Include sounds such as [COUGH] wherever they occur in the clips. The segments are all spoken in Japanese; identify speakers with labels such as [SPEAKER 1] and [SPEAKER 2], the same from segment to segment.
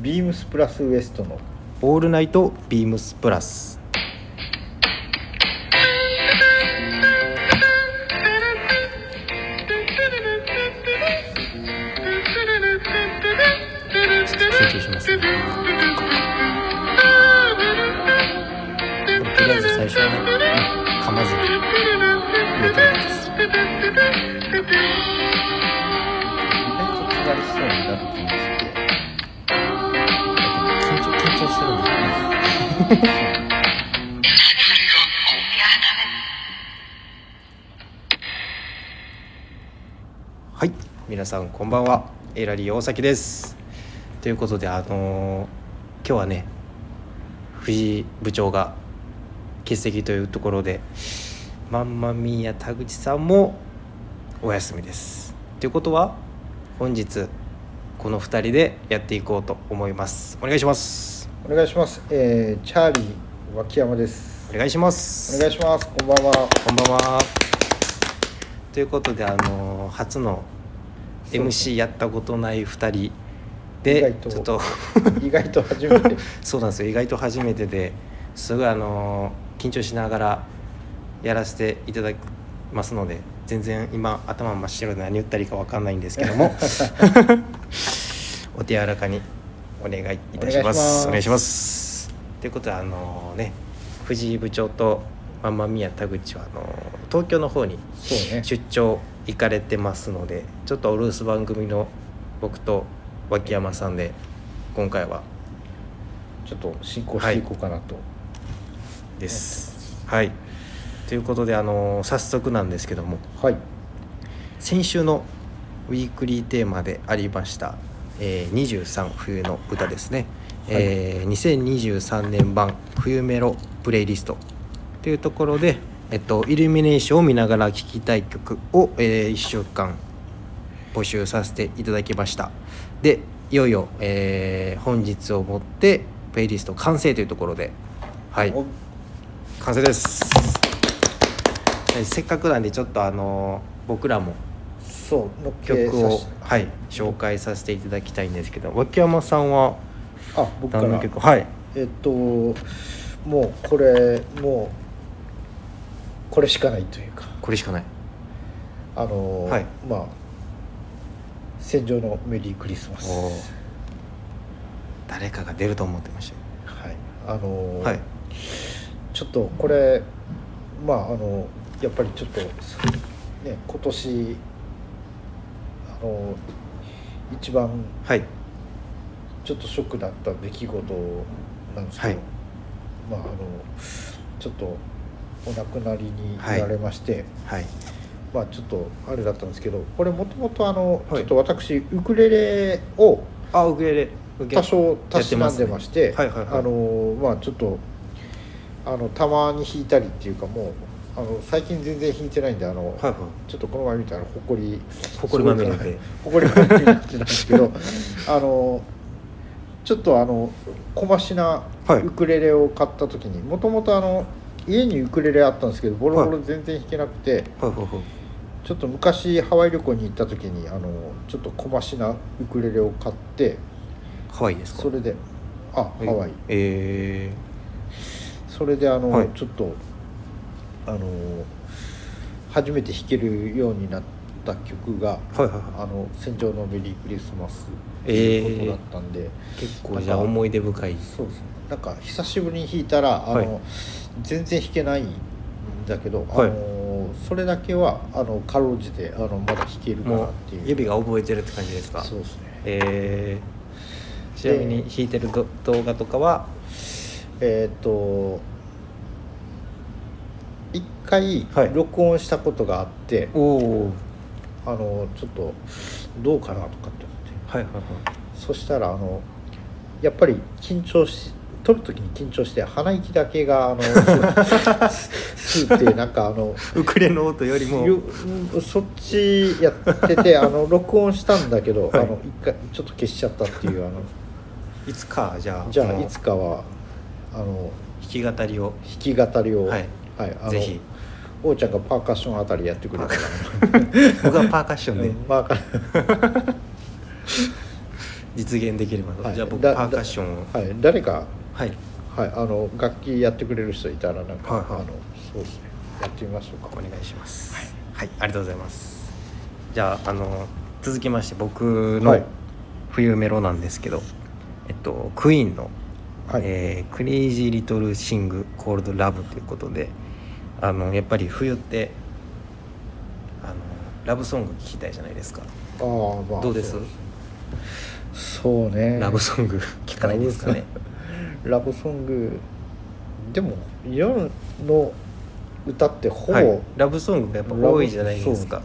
[SPEAKER 1] ビームスプラスウエストの
[SPEAKER 2] オールナイトビームスプラス
[SPEAKER 3] とりあえず最初はね
[SPEAKER 2] 噛まずに
[SPEAKER 3] 植えてるんです
[SPEAKER 1] 意外と尖りそうになる気がして
[SPEAKER 2] 緊張緊張してるんですよねはい皆さんこんばんはエラリー大崎ですということであのー今日はね藤井部長が欠席というところでマンマミーヤ田口さんもお休みですということは本日この2人でやっていこうと思いますお願いします
[SPEAKER 1] お願いします、えー、チャーリー脇山です
[SPEAKER 2] お願いします
[SPEAKER 1] お願いしますこんばんは
[SPEAKER 2] こんばんはということであの初の
[SPEAKER 1] そうです
[SPEAKER 2] MC やったことない2人
[SPEAKER 1] 意
[SPEAKER 2] で
[SPEAKER 1] 外と
[SPEAKER 2] ちょっと
[SPEAKER 1] 意外と初めて
[SPEAKER 2] [LAUGHS] そうなんですよ意外と初めてですごいあの緊張しながらやらせていただきますので全然今頭真っ白で何言ったらいいか分かんないんですけど [LAUGHS] もお手柔らかにお願いいたします
[SPEAKER 1] お
[SPEAKER 2] お
[SPEAKER 1] 願
[SPEAKER 2] 願
[SPEAKER 1] い
[SPEAKER 2] い
[SPEAKER 1] し
[SPEAKER 2] し
[SPEAKER 1] ま
[SPEAKER 2] ますということであのね藤井部長とマンマミヤ田口はあの東京の方に
[SPEAKER 1] そう
[SPEAKER 2] [LAUGHS]
[SPEAKER 1] ね
[SPEAKER 2] 出張行かれてますのでちょっとお留守番組の僕と脇山さんで今回は
[SPEAKER 1] ちょっと進行していこうかなと、
[SPEAKER 2] です。はい、ということで、あの早速なんですけども
[SPEAKER 1] はい、
[SPEAKER 2] 先週のウィークリーテーマでありました「えー23冬の歌」ですね、
[SPEAKER 1] はい
[SPEAKER 2] えー2023年版冬メロプレイリストというところで、えっと、イルミネーションを見ながら聴きたい曲を、え1週間募集させていただきましたでいよいよ、えー本日をもってプレイリスト完成というところではい
[SPEAKER 1] お
[SPEAKER 2] 完成ですえせっかくなんでちょっとあの僕らも
[SPEAKER 1] そうのっけ
[SPEAKER 2] 曲を
[SPEAKER 1] さ、
[SPEAKER 2] はい、紹介させていただきたいんですけど脇山さんは
[SPEAKER 1] しあ僕から
[SPEAKER 2] 何の曲はい
[SPEAKER 1] えっともうこれもうこれしかないというか
[SPEAKER 2] これしかない
[SPEAKER 1] あのー
[SPEAKER 2] はい
[SPEAKER 1] まあ戦場のメリークリスマス
[SPEAKER 2] おー誰かが出ると思ってまし
[SPEAKER 1] はいあのー
[SPEAKER 2] たはい
[SPEAKER 1] ちょっとこれまああのやっぱりちょっとそね今年あの一番
[SPEAKER 2] はい
[SPEAKER 1] ちょっとショックだった出来事なんですけど、
[SPEAKER 2] はい
[SPEAKER 1] まああのちょっとお亡くなりになられまして、
[SPEAKER 2] はい
[SPEAKER 1] まあちょっとあれだったんですけどこれもともとあの、
[SPEAKER 2] は
[SPEAKER 1] ち
[SPEAKER 2] い
[SPEAKER 1] ょっと私ウクレレを
[SPEAKER 2] あウクレレウクレレ
[SPEAKER 1] 多少たしなんでまして
[SPEAKER 2] やってますねはいはいはい
[SPEAKER 1] あのまあちょっとあのたまに弾いたりっていうかもうあの最近全然弾いてないんであの、
[SPEAKER 2] はいはい
[SPEAKER 1] ちょっとこの前見たらほこり
[SPEAKER 2] ほこりまみれです
[SPEAKER 1] ごいほこりまみれになってたんですけど
[SPEAKER 2] [LAUGHS]
[SPEAKER 1] あのちょっとあの小増な
[SPEAKER 2] はい
[SPEAKER 1] ウクレレを買った時にもともとあの家にウクレレあったんですけどボロボロ全然弾けなくて、
[SPEAKER 2] はいはいはい
[SPEAKER 1] ちょっと昔ハワイ旅行に行った時にあのちょっと小増なウクレレを買って
[SPEAKER 2] ハワイですか
[SPEAKER 1] それであハワイ
[SPEAKER 2] え
[SPEAKER 1] それであの、
[SPEAKER 2] はい
[SPEAKER 1] ちょっとあの初めて弾けるようになった曲が
[SPEAKER 2] ー、はいはい
[SPEAKER 1] 「
[SPEAKER 2] は
[SPEAKER 1] あの戦場のメリークリスマス」
[SPEAKER 2] え
[SPEAKER 1] って
[SPEAKER 2] ー
[SPEAKER 1] いうことだったんで、
[SPEAKER 2] い結構じゃあ思い出深い
[SPEAKER 1] そうですねなんか久しぶりに弾いたらあの、
[SPEAKER 2] はい
[SPEAKER 1] 全然弾けないんだけど、
[SPEAKER 2] はい
[SPEAKER 1] あのそれだけはあのかろうじてあのまだ弾けるかな
[SPEAKER 2] も
[SPEAKER 1] っていう
[SPEAKER 2] う指が覚えてるって感じですか
[SPEAKER 1] そうですね
[SPEAKER 2] えー、ちなみに弾いてるど動画とかは
[SPEAKER 1] えーっと一回
[SPEAKER 2] はい
[SPEAKER 1] 録音したことがあって、
[SPEAKER 2] おお
[SPEAKER 1] あのちょっとどうかなとかって思って
[SPEAKER 2] はいはいはい
[SPEAKER 1] そしたらあのやっぱり緊張し撮る時に緊張して鼻息だけがあの吸うってなんかあの
[SPEAKER 2] ウクレレの音よりも
[SPEAKER 1] ようんそっちやっててあの録音したんだけど、あの一回ちょっと消しちゃったっていうあの
[SPEAKER 2] いつかじゃあ
[SPEAKER 1] じゃ
[SPEAKER 2] こ
[SPEAKER 1] あ
[SPEAKER 2] の
[SPEAKER 1] いつかはあの
[SPEAKER 2] 弾き語
[SPEAKER 1] [LAUGHS]
[SPEAKER 2] りを
[SPEAKER 1] 弾き語りを、
[SPEAKER 2] はい
[SPEAKER 1] あの
[SPEAKER 2] ぜひ
[SPEAKER 1] 王ちゃんがパーカッションあたりやってくれたから
[SPEAKER 2] 僕はパーカッションで
[SPEAKER 1] うんパーカッ
[SPEAKER 2] 実実現できればと、
[SPEAKER 1] はい
[SPEAKER 2] [LAUGHS] じゃあ僕パ
[SPEAKER 1] だ
[SPEAKER 2] ーカッションを
[SPEAKER 1] はい、誰か、
[SPEAKER 2] はい
[SPEAKER 1] はい、あの楽器やってくれる人いたらなんか、
[SPEAKER 2] はいはい
[SPEAKER 1] あのそうですねやってみましょうか
[SPEAKER 2] お願いしますはい、ありがとうございますじゃああの続きまして僕
[SPEAKER 1] は
[SPEAKER 2] の
[SPEAKER 1] い
[SPEAKER 2] 冬メロなんですけど、えっとクイーンの
[SPEAKER 1] はい、
[SPEAKER 2] えークレイジー・リトル・シング・コールド・ラブということであのやっぱり冬ってあのラブソング聞きたいじゃないですか
[SPEAKER 1] ああまあ
[SPEAKER 2] どうです
[SPEAKER 1] そうね
[SPEAKER 2] ラブソング聞かないですかね
[SPEAKER 1] [LAUGHS] ラブソングでも夜の歌ってほぼ、
[SPEAKER 2] はい、ラブソングがやっぱ多いじゃないですか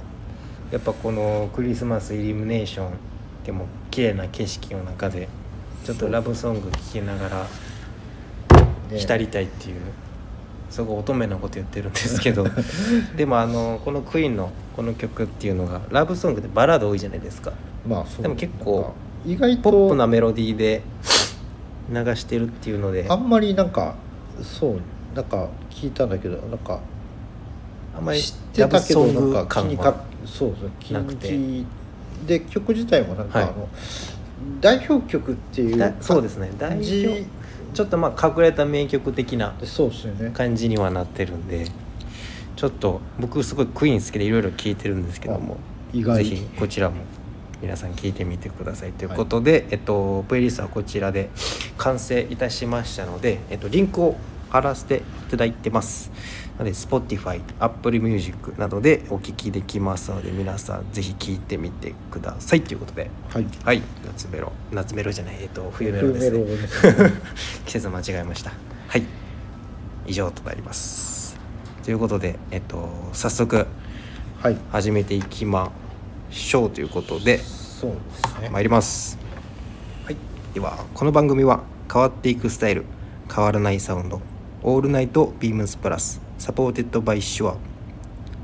[SPEAKER 2] やっぱこのクリスマスイルミネーションでも綺麗な景色の中でちょっとラブソング聴きながら
[SPEAKER 1] ね
[SPEAKER 2] 浸りたいっていうすごい乙女なこと言ってるんですけど
[SPEAKER 1] [LAUGHS]
[SPEAKER 2] でもあのこのクイーンのこの曲っていうのがラブソングでバラード多いじゃないですか
[SPEAKER 1] まあそう
[SPEAKER 2] でも結構
[SPEAKER 1] なんか意外と
[SPEAKER 2] ポップなメロディーで流してるっていうので
[SPEAKER 1] あんまりなんかそうなんか聞いたんだけどなんか
[SPEAKER 2] あんまり
[SPEAKER 1] 知ってたけど
[SPEAKER 2] ラブソン
[SPEAKER 1] な
[SPEAKER 2] グ
[SPEAKER 1] んか気
[SPEAKER 2] 感
[SPEAKER 1] に
[SPEAKER 2] は
[SPEAKER 1] かそうそう気
[SPEAKER 2] なくて
[SPEAKER 1] にで曲自体もなんか、
[SPEAKER 2] はい
[SPEAKER 1] あの代表曲っていう
[SPEAKER 2] だ
[SPEAKER 1] か
[SPEAKER 2] そうですね大
[SPEAKER 1] 感
[SPEAKER 2] 表
[SPEAKER 1] じ
[SPEAKER 2] ちょっとまあ隠れた名曲的な
[SPEAKER 1] でそうですよね
[SPEAKER 2] 感じにはなってるんでちょっと僕すごいクイーン好きでいろいろ聴いてるんですけども
[SPEAKER 1] 意
[SPEAKER 2] ぜ
[SPEAKER 1] 外
[SPEAKER 2] ひこちらも皆さん聴いてみてくださいということで、えっと、プレイリストはこちらで完成いたしましたので、えっと、リンクを貼らせていただいてますなので Spotify、Apple Music などでお聴きできますので皆さんぜひ聴いてみてくださいということで
[SPEAKER 1] はい
[SPEAKER 2] はい夏メロ夏メロじゃないえっと冬メロ
[SPEAKER 1] 冬
[SPEAKER 2] で
[SPEAKER 1] メ
[SPEAKER 2] す
[SPEAKER 1] ロ
[SPEAKER 2] ね
[SPEAKER 1] ですね
[SPEAKER 2] [LAUGHS] 季節間違えましたはい以上となりますということでえっと早速
[SPEAKER 1] はい
[SPEAKER 2] 始めていきましょうということで
[SPEAKER 1] そうですね
[SPEAKER 2] 参りますはいではこの番組は変わっていくスタイル変わらないサウンドオールナイトビームスプラスサポーテッドバイシュア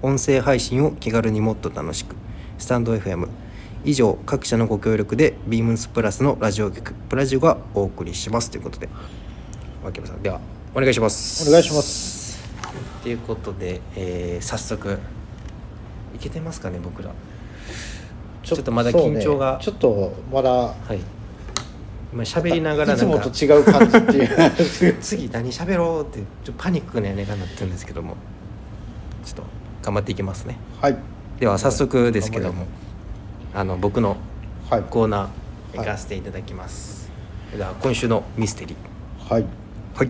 [SPEAKER 2] 音声配信を気軽にもっと楽しくスタンド FM 以上各社のご協力でビームスプラスのラジオ局プラジオがお送りしますということで脇山さんではお願いします
[SPEAKER 1] お願いします
[SPEAKER 2] ということで、えー早速いけてますかね僕らちょっとまだ緊張が
[SPEAKER 1] そうねちょっとまだ
[SPEAKER 2] はい。今喋りながら
[SPEAKER 1] い
[SPEAKER 2] な
[SPEAKER 1] つ
[SPEAKER 2] ん
[SPEAKER 1] も
[SPEAKER 2] か
[SPEAKER 1] と違う感じっていう [LAUGHS]
[SPEAKER 2] 次何喋ろうってちょっとパニックなやねがなってるんですけども、ちょっと頑張っていきますね。
[SPEAKER 1] はい
[SPEAKER 2] では早速ですけども、あの僕の
[SPEAKER 1] はい
[SPEAKER 2] コーナー行かせていただきます。では今週のミステリー。
[SPEAKER 1] はい
[SPEAKER 2] はい、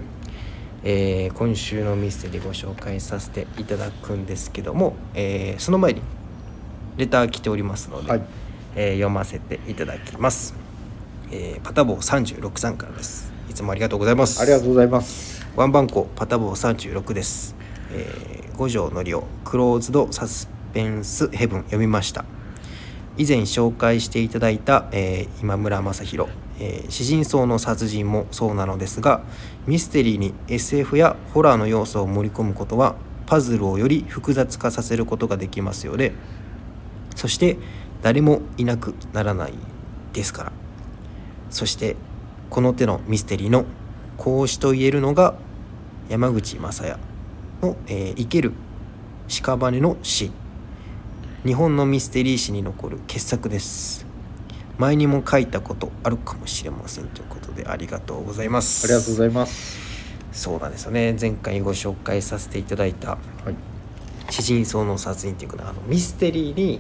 [SPEAKER 2] えー今週のミステリーご紹介させていただくんですけども、えーその前にレター来ておりますので、
[SPEAKER 1] はい
[SPEAKER 2] えー読ませていただきます、えーパタボー36さんからですいつもありがとうございます
[SPEAKER 1] ありがとうございます
[SPEAKER 2] ワンバンコパタボー36です、えー五条のりおクローズドサスペンスヘブン読みました以前紹介していただいた、えー今村雅宏、えー、詩人層の殺人もそうなのですがミステリーに SF やホラーの要素を盛り込むことはパズルをより複雑化させることができますよねそして誰もいなくならないですからそしてこの手のミステリーの孔子と言えるのが山口正也の、えー生ける屍の死日本のミステリー史に残る傑作です前にも書いたことあるかもしれませんということでありがとうございます
[SPEAKER 1] ありがとうございます
[SPEAKER 2] そうなんですよね前回ご紹介させていただいた
[SPEAKER 1] はい
[SPEAKER 2] 「詩人層の殺人」っていうかなあのミステリーに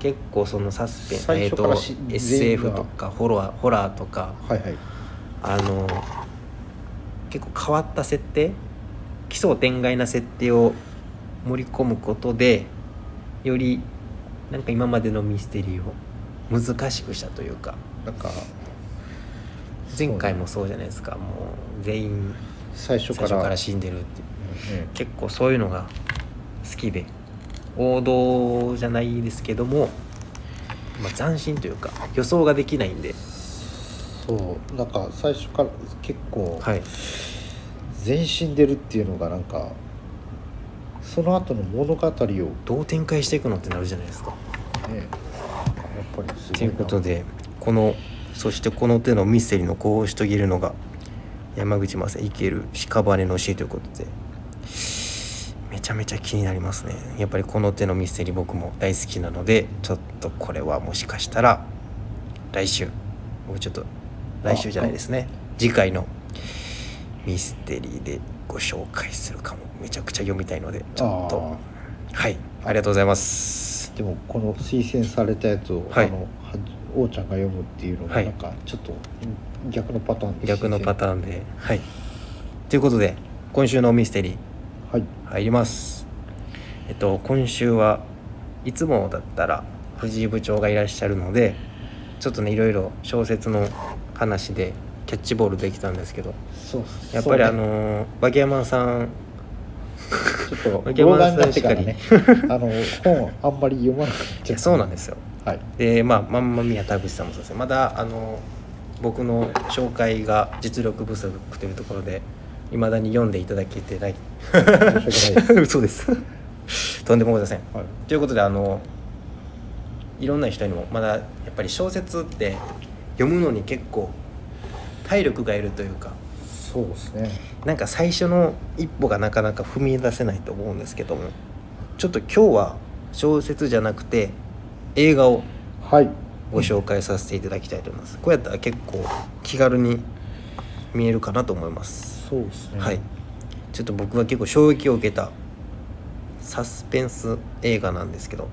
[SPEAKER 2] 結構そのサスペン
[SPEAKER 1] 最初からし全員
[SPEAKER 2] えーと
[SPEAKER 1] が
[SPEAKER 2] SF とかホラーホラーとか
[SPEAKER 1] はいはい
[SPEAKER 2] あの結構変わった設定奇想天外な設定を盛り込むことでよりなんか今までのミステリーを難しくしたというか
[SPEAKER 1] なんか
[SPEAKER 2] 前回もそうじゃないですかもう全員
[SPEAKER 1] 最初
[SPEAKER 2] 最
[SPEAKER 1] から
[SPEAKER 2] 初から死んでるっていう
[SPEAKER 1] うん
[SPEAKER 2] 結構そういうのが好きで王道じゃないですけども、まあ、斬新というか予想ができないんで、
[SPEAKER 1] そうなんか最初から結構
[SPEAKER 2] はい、
[SPEAKER 1] 全身出るっていうのがなんかその後の物語をねやっ
[SPEAKER 2] どう展開していくのってなるじゃないですか。
[SPEAKER 1] ぱりすごいな
[SPEAKER 2] ということでこのそしてこの手のミステリーのこうしとぎるのが山口正生ける屍の死ということでめちゃめちゃ気になりますねやっぱりこの手のミステリー僕も大好きなのでちょっとこれはもしかしたら来週僕ちょっと来週じゃないですね次回のミステリーでご紹介するかもめちゃくちゃ読みたいのでちょっとはいありがとうございます
[SPEAKER 1] でもこの推薦されたやつを、
[SPEAKER 2] はい
[SPEAKER 1] あのは王ちゃんが読むっていうのが
[SPEAKER 2] はい
[SPEAKER 1] なんかちょっと逆のパターンで
[SPEAKER 2] 逆のパ
[SPEAKER 1] ー
[SPEAKER 2] ターンではいということで今週のミステリー
[SPEAKER 1] ンはい
[SPEAKER 2] 入りますえっと今週はいつもだったら藤井部長がいらっしゃるのでちょっとねいろいろ小説の話でキャッチボールできたんですけど
[SPEAKER 1] そう
[SPEAKER 2] やっぱりあ
[SPEAKER 1] そうね
[SPEAKER 2] のバケヤマンさん
[SPEAKER 1] ちょっと
[SPEAKER 2] 竹山
[SPEAKER 1] 老眼
[SPEAKER 2] さん
[SPEAKER 1] になってからねあの本あんまり読まなくなっ
[SPEAKER 2] い
[SPEAKER 1] ちゃ
[SPEAKER 2] や [LAUGHS] そうなん
[SPEAKER 1] で
[SPEAKER 2] ですよ
[SPEAKER 1] すはい
[SPEAKER 2] でまあまんまみや田口さんもそうですねまだあの僕の紹介が実力不足というところでいまだに読んでいただけてない
[SPEAKER 1] 申し訳ない
[SPEAKER 2] [LAUGHS] 嘘です [LAUGHS] とんでもございません
[SPEAKER 1] はい
[SPEAKER 2] ということであのいろんな人にもまだやっぱり小説って読むのに結構体力がいるというか
[SPEAKER 1] そうですね
[SPEAKER 2] なんか最初の一歩がなかなか踏み出せないと思うんですけどもちょっと今日は小説じゃなくて映画を
[SPEAKER 1] はい
[SPEAKER 2] ご紹介させていただきたいと思いますこうやったら結構気軽に見えるかなと思います
[SPEAKER 1] そうですね
[SPEAKER 2] はいちょっと僕は結構衝撃を受けたサスペンス映画なんですけど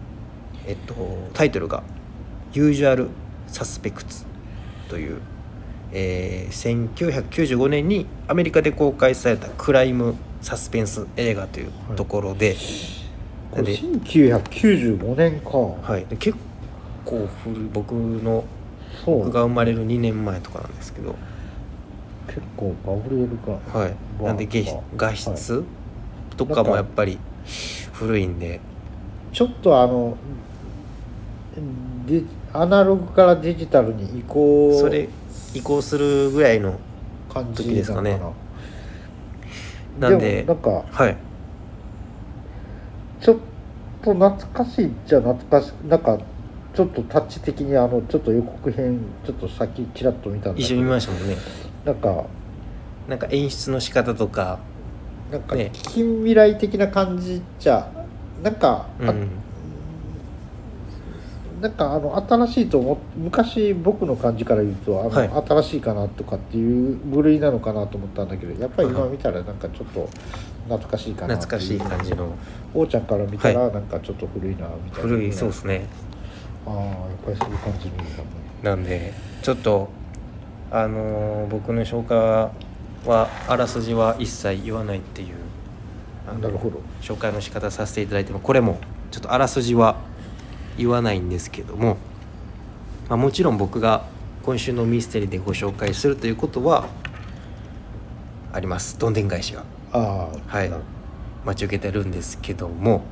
[SPEAKER 2] えっとタイトルが「ユージュアル・サスペクツ」という、えー1995年にアメリカで公開されたクライム・サスペンス映画というところで、
[SPEAKER 1] これ
[SPEAKER 2] で
[SPEAKER 1] 1995年か
[SPEAKER 2] はいで結構古い僕の
[SPEAKER 1] そう
[SPEAKER 2] 僕が生まれる2年前とかなんですけど
[SPEAKER 1] 結構バブルか
[SPEAKER 2] はい、
[SPEAKER 1] まあ
[SPEAKER 2] なんでげ
[SPEAKER 1] まあ
[SPEAKER 2] 画質とかもやっぱり古いんで
[SPEAKER 1] ちょっとあのデアナログからデジタルに移行
[SPEAKER 2] それ移行するぐらいの
[SPEAKER 1] 感じ
[SPEAKER 2] 時ですかね
[SPEAKER 1] なの
[SPEAKER 2] な
[SPEAKER 1] でも
[SPEAKER 2] んで
[SPEAKER 1] なんか
[SPEAKER 2] はい
[SPEAKER 1] ちょっと懐かしいじゃ懐かしいなんかちょっとタッチ的にあのちょっと予告編ちょっとさっきちらっと見たんだ
[SPEAKER 2] 一
[SPEAKER 1] け
[SPEAKER 2] 緒に見
[SPEAKER 1] ど
[SPEAKER 2] ましたもんね
[SPEAKER 1] なんか
[SPEAKER 2] なんか演出の仕方とか
[SPEAKER 1] なんか
[SPEAKER 2] ね
[SPEAKER 1] 近未来的な感じじゃなんか、
[SPEAKER 2] う
[SPEAKER 1] あ
[SPEAKER 2] ん
[SPEAKER 1] なんかあの新しいと思っ昔僕の感じから言うとあの、
[SPEAKER 2] はい
[SPEAKER 1] 新しいかなとかっていう部類なのかなと思ったんだけどやっぱり今見たらなんかちょっと懐かしいかなって
[SPEAKER 2] 懐かしい感じの
[SPEAKER 1] 王ちゃんから見たらなんかちょっと古いなみたいな、
[SPEAKER 2] 古いそうですね
[SPEAKER 1] ああやっぱりそういう感じに見えたね
[SPEAKER 2] なんでちょっとあのー僕の紹介はあらすじは一切言わないっていうあの
[SPEAKER 1] なるほど
[SPEAKER 2] 紹介の仕方させていただいてもこれもちょっとあらすじは言わないんですけども、まあ、もちろん僕が今週のミステリーでご紹介するということはありますどんでん返しが、
[SPEAKER 1] ああ
[SPEAKER 2] はい
[SPEAKER 1] なる、
[SPEAKER 2] 待ち受けてるんですけども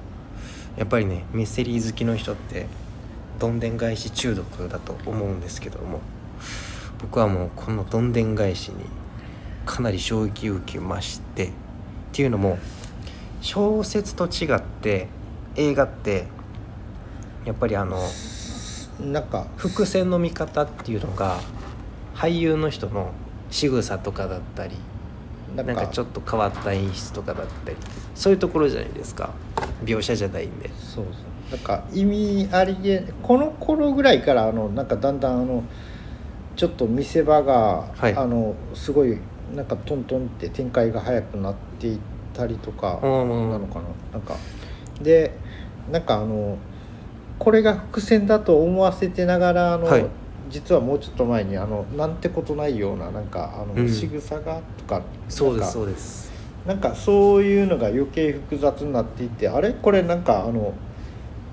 [SPEAKER 2] やっぱりねミステリー好きの人ってどんでん返し中毒だと思うんですけども僕はもうこのどんでん返しにかなり衝撃を受けましてっていうのも小説と違って映画ってやっぱりあの
[SPEAKER 1] なんか
[SPEAKER 2] 伏線の見方っていうのが俳優の人の仕草とかだったり
[SPEAKER 1] なん
[SPEAKER 2] な
[SPEAKER 1] か
[SPEAKER 2] んかちょっと変わった演出とかだったりそういうところじゃないですか描写じゃないんで
[SPEAKER 1] そうそうなんか意味ありげこの頃ぐらいからあのなんかだんだんあのちょっと見せ場が、
[SPEAKER 2] はい
[SPEAKER 1] あのすごいなんかトントンって展開が早くなっていったりとか
[SPEAKER 2] う
[SPEAKER 1] なん
[SPEAKER 2] うん
[SPEAKER 1] のかな,、なんかでなんかあのこれが伏線だと思わせてながらあの、
[SPEAKER 2] はい
[SPEAKER 1] 実はもうちょっと前にあのなんてことないようななんかあの、
[SPEAKER 2] うん
[SPEAKER 1] 仕草がとか
[SPEAKER 2] そうで
[SPEAKER 1] なん
[SPEAKER 2] す
[SPEAKER 1] か
[SPEAKER 2] そうです
[SPEAKER 1] なんかそういうのが余計複雑になっていてあれこれなんかあの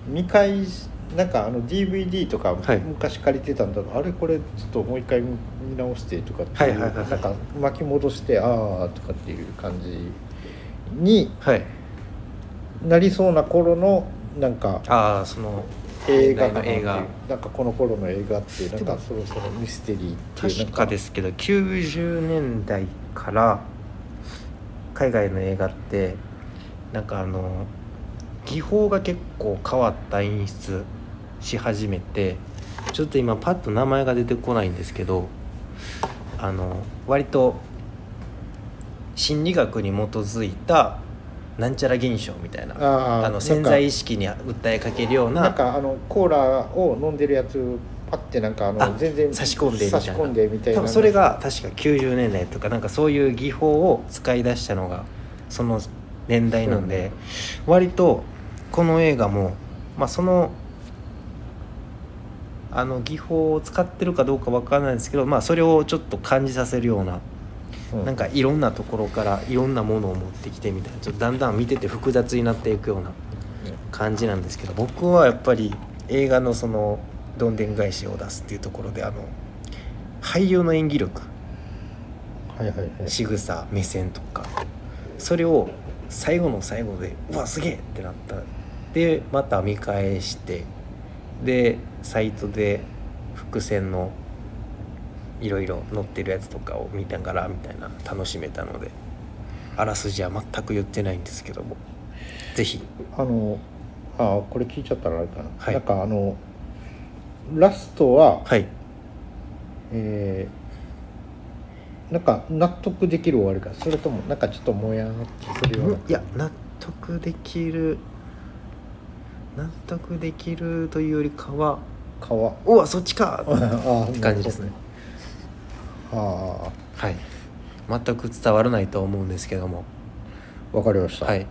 [SPEAKER 1] 見返しなんかあの DVD とか
[SPEAKER 2] はい
[SPEAKER 1] 昔借りてたんだけど、あれこれちょっともう一回見直してとかっていう、
[SPEAKER 2] はいはいはいはい
[SPEAKER 1] なんか巻き戻してああとかっていう感じに
[SPEAKER 2] はい
[SPEAKER 1] なりそうな頃のなんか
[SPEAKER 2] ああその
[SPEAKER 1] 映画かなってい
[SPEAKER 2] 映
[SPEAKER 1] う
[SPEAKER 2] 画
[SPEAKER 1] なんかこの頃の映画ってなん
[SPEAKER 2] で
[SPEAKER 1] か
[SPEAKER 2] も
[SPEAKER 1] そろそろミステリーっていう
[SPEAKER 2] 確かですけど90年代から海外の映画ってなんかあの技法が結構変わった演出し始めてちょっと今パッと名前が出てこないんですけどあの割と心理学に基づいたなんちゃら現象みたいな
[SPEAKER 1] あーな
[SPEAKER 2] あ
[SPEAKER 1] んか
[SPEAKER 2] の潜在意識に訴えかけるよう
[SPEAKER 1] なん
[SPEAKER 2] な
[SPEAKER 1] かあのコーラを飲んでるやつパッてなんかあの
[SPEAKER 2] あ
[SPEAKER 1] 全然
[SPEAKER 2] 差し込んでみたいな
[SPEAKER 1] 差し込んでみたい
[SPEAKER 2] 多
[SPEAKER 1] な
[SPEAKER 2] 分それが確か90年代とかなんかそういう技法を使い出したのがその年代なんで、割とこの映画も、まあ、そのあの技法を使ってるかどうかわからないですけど、まあ、それをちょっと感じさせるような
[SPEAKER 1] うん
[SPEAKER 2] なんかいろんなところからいろんなものを持ってきてみたいなちょっとだんだん見てて複雑になっていくような感じなんですけど僕はやっぱり映画のそのどんでん返しを出すっていうところであの俳優の演技力
[SPEAKER 1] はいはいはい
[SPEAKER 2] 仕草目線とかそれを最後の最後でうわすげえってなったでまた見返してでサイトで伏線のいろいろ載ってるやつとかを見ながらみたいな楽しめたのであらすじは全く言ってないんですけどもぜひ
[SPEAKER 1] あのあこれ聞いちゃったらあれかな、
[SPEAKER 2] はい
[SPEAKER 1] なんかあのラストは、
[SPEAKER 2] はい
[SPEAKER 1] えーなんか納得できる終わりかそれともなんかちょっともやーってするようない
[SPEAKER 2] や納得できる納得できるというよりかは
[SPEAKER 1] 顔
[SPEAKER 2] [LAUGHS]
[SPEAKER 1] は
[SPEAKER 2] うわそっちか
[SPEAKER 1] あ
[SPEAKER 2] って感じですね
[SPEAKER 1] あ
[SPEAKER 2] はい全く伝わらないと思うんですけども
[SPEAKER 1] あわかりました、
[SPEAKER 2] はい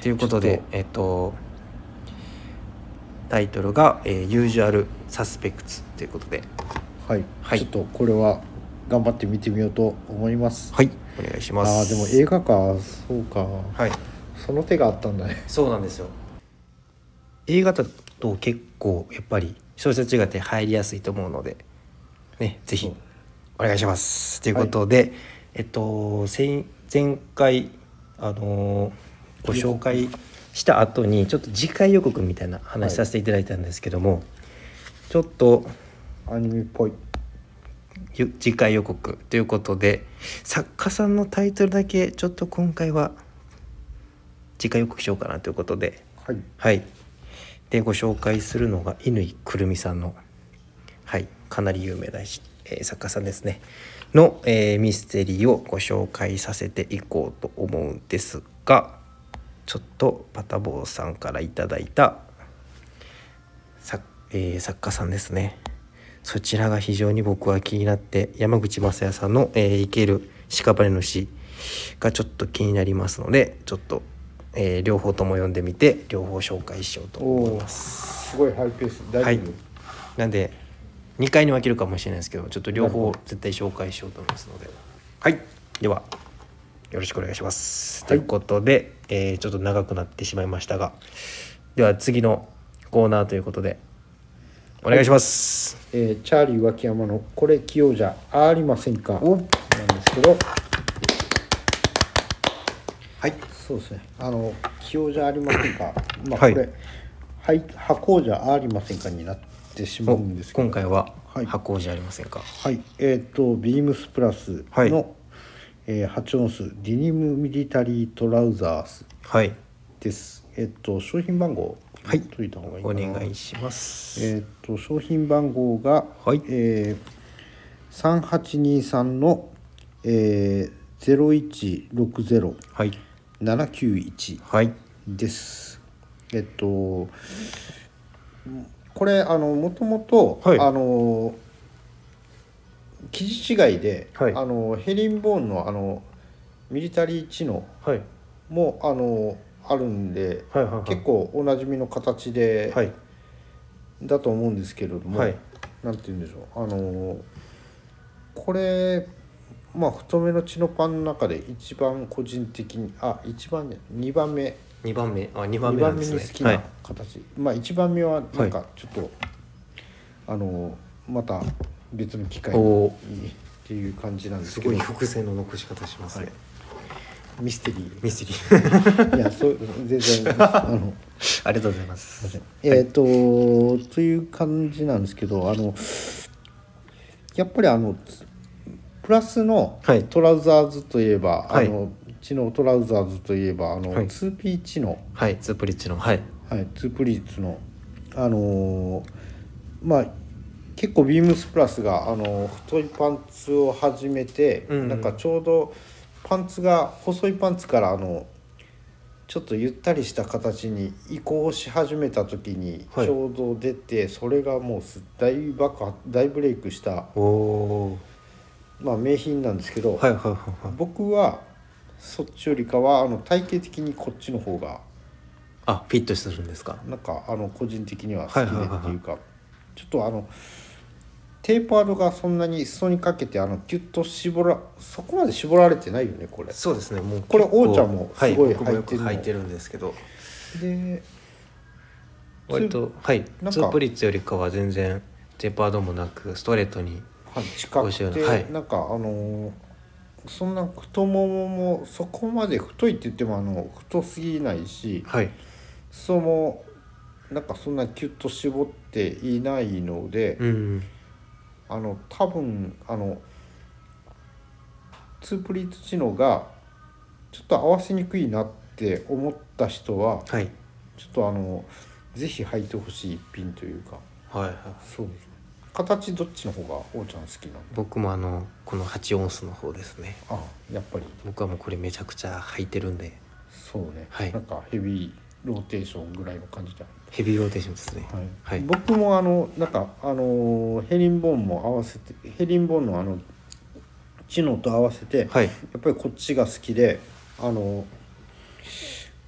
[SPEAKER 2] ということ
[SPEAKER 1] ち
[SPEAKER 2] で
[SPEAKER 1] ょっ
[SPEAKER 2] えっとタイトルが「えー、ユージュアル・サスペクツ」ということで
[SPEAKER 1] はい
[SPEAKER 2] はい
[SPEAKER 1] ちょっとこれは頑張って見てみようと思います、
[SPEAKER 2] はいお願いします
[SPEAKER 1] ああでも映画かそうか
[SPEAKER 2] はい
[SPEAKER 1] その手があったんだね
[SPEAKER 2] そうなんですよ映画だと結構やっぱり小説違って入りやすいと思うのでねぜ
[SPEAKER 1] そ
[SPEAKER 2] ひ
[SPEAKER 1] う
[SPEAKER 2] お願いしますということで、えっと先前回あのーご紹介した後にちょっと次回予告みたいな話させていただいたんですけども、ちょっと
[SPEAKER 1] アニメっぽい
[SPEAKER 2] ゆ次回予告ということで作家さんのタイトルだけちょっと今回は次回予告しようかなということで
[SPEAKER 1] はい
[SPEAKER 2] はい。で、ご紹介するのが乾くるみさんの、はい、かなり有名な、えー作家さんですね、の、えーミステリーをご紹介させていこうと思うんですが、ちょっとパタボーさんからいただいた作,、えー作家さんですね。そちらが非常に僕は気になって山口雅也さんの「えー生ける屍の死」がちょっと気になりますのでちょっと、えー両方とも読んでみて両方紹介しようと思います。
[SPEAKER 1] すごいハイペース大丈夫、
[SPEAKER 2] はいなんで2回に分けるかもしれないですけどちょっと両方絶対紹介しようと思いますのではいではよろしくお願いします。
[SPEAKER 1] はい
[SPEAKER 2] ということで、えーちょっと長くなってしまいましたがでは次のコーナーということでお願いします。
[SPEAKER 1] えーチャーリー脇山の「これ器用じゃありませんか」なんですけど
[SPEAKER 2] はい
[SPEAKER 1] そうですねあの「器用じゃありませんか」まあこ
[SPEAKER 2] はい
[SPEAKER 1] れ、はい「箱じゃありませんか」になってしまうんですけど
[SPEAKER 2] 今回は
[SPEAKER 1] はい
[SPEAKER 2] 箱じゃありませんか、
[SPEAKER 1] はいえっ、とビームスプラスの、
[SPEAKER 2] はい
[SPEAKER 1] えー8オンスディニムミリタリートラウザース
[SPEAKER 2] はい、
[SPEAKER 1] ですえっ、と商品番号
[SPEAKER 2] はい
[SPEAKER 1] といた方がいい
[SPEAKER 2] お
[SPEAKER 1] かな
[SPEAKER 2] 願いします、
[SPEAKER 1] えーっと商品番号が、
[SPEAKER 2] はい
[SPEAKER 1] えー、3823の、えー、
[SPEAKER 2] はい
[SPEAKER 1] 0160791
[SPEAKER 2] はい
[SPEAKER 1] です。えっとこれあのもともと、
[SPEAKER 2] はい
[SPEAKER 1] あの記事違いで、
[SPEAKER 2] はい
[SPEAKER 1] あのヘリンボーンのあのミリタリー知能
[SPEAKER 2] はい
[SPEAKER 1] もあのあるんで、
[SPEAKER 2] はいはい
[SPEAKER 1] 結構おなじみの形で、
[SPEAKER 2] はい
[SPEAKER 1] だと思うんですけれども、
[SPEAKER 2] はい
[SPEAKER 1] なんて言うんでしょうあのーこれまあ太めの血のパンの中で一番個人的にあ一番ね2番目
[SPEAKER 2] 二番目あ二
[SPEAKER 1] 二
[SPEAKER 2] 番目なん
[SPEAKER 1] 番目
[SPEAKER 2] です
[SPEAKER 1] に
[SPEAKER 2] ね
[SPEAKER 1] 好きな形、まあ1番目はなんかちょっと、あのーまた別の機会
[SPEAKER 2] お
[SPEAKER 1] に
[SPEAKER 2] お
[SPEAKER 1] っていう感じなんです
[SPEAKER 2] す
[SPEAKER 1] け
[SPEAKER 2] ご
[SPEAKER 1] ど
[SPEAKER 2] い複製の残し方しますね、
[SPEAKER 1] ミステリー
[SPEAKER 2] ミステリ
[SPEAKER 1] い
[SPEAKER 2] [LAUGHS] ー
[SPEAKER 1] やそう全然あの
[SPEAKER 2] ありがとうございます
[SPEAKER 1] えっ、と、という感じなんですけどあのやっぱりあのプラスの
[SPEAKER 2] はい
[SPEAKER 1] トラウザーズといえば、
[SPEAKER 2] はい
[SPEAKER 1] あの知能トラウザーズといえばあの、
[SPEAKER 2] はい
[SPEAKER 1] 2P 知能、
[SPEAKER 2] はいツープリッチのはい
[SPEAKER 1] はい、2プリーツのあのーまあ結構ビームスプラスがあの太いパンツを始めて、
[SPEAKER 2] うんうん
[SPEAKER 1] なんかちょうどパンツが細いパンツからあのちょっとゆったりした形に移行し始めた時に
[SPEAKER 2] はい
[SPEAKER 1] ちょうど出て、それがもうす大爆発大ブレイクした、
[SPEAKER 2] おお
[SPEAKER 1] まあ、名品なんですけど、
[SPEAKER 2] ーはいはいはいはい
[SPEAKER 1] 僕はそっちよりかはあの体型的にこっちの方が
[SPEAKER 2] あフィットするんですか
[SPEAKER 1] なんかあの個人的には好きでっていうか、
[SPEAKER 2] はいはいはい
[SPEAKER 1] ちょっとあのテーパードがそんなに裾にかけてあのキュッと絞らそこまで絞られてないよねこれ。
[SPEAKER 2] そうですねもう
[SPEAKER 1] これ
[SPEAKER 2] 結構
[SPEAKER 1] 王ちゃんもすごい
[SPEAKER 2] はい、僕も
[SPEAKER 1] 履
[SPEAKER 2] よく
[SPEAKER 1] いてるの
[SPEAKER 2] 履いてるんですけど
[SPEAKER 1] で
[SPEAKER 2] 割とはい
[SPEAKER 1] なんか
[SPEAKER 2] ツープリッツよりかは全然テーパードもなくストレートに
[SPEAKER 1] はい近
[SPEAKER 2] 面白
[SPEAKER 1] く
[SPEAKER 2] い
[SPEAKER 1] て、
[SPEAKER 2] なはい
[SPEAKER 1] なんかあのーそんな太もももそこまで太いって言ってもあの太すぎないし
[SPEAKER 2] はい
[SPEAKER 1] 裾もなんかそんなキュッと絞っていないので、
[SPEAKER 2] うん
[SPEAKER 1] あの多分あのツープリート知能がちょっと合わせにくいなって思った人は
[SPEAKER 2] はい
[SPEAKER 1] ちょっとあのぜひ履いてほしい一品というか
[SPEAKER 2] はいはい
[SPEAKER 1] そうですね形どっちの方がおうちゃん好きなの
[SPEAKER 2] 僕もあのこの8オンスの方ですね
[SPEAKER 1] あやっぱり
[SPEAKER 2] 僕はもうこれめちゃくちゃ履いてるんで
[SPEAKER 1] そうね、
[SPEAKER 2] はい
[SPEAKER 1] なんかヘビーローテーションぐらいの感じだ、
[SPEAKER 2] ヘビーローテーションですね
[SPEAKER 1] はい
[SPEAKER 2] はい
[SPEAKER 1] 僕もあのなんかあのーヘリンボーンも合わせてヘリンボーンのあの知能と合わせて、
[SPEAKER 2] はい
[SPEAKER 1] やっぱりこっちが好きであの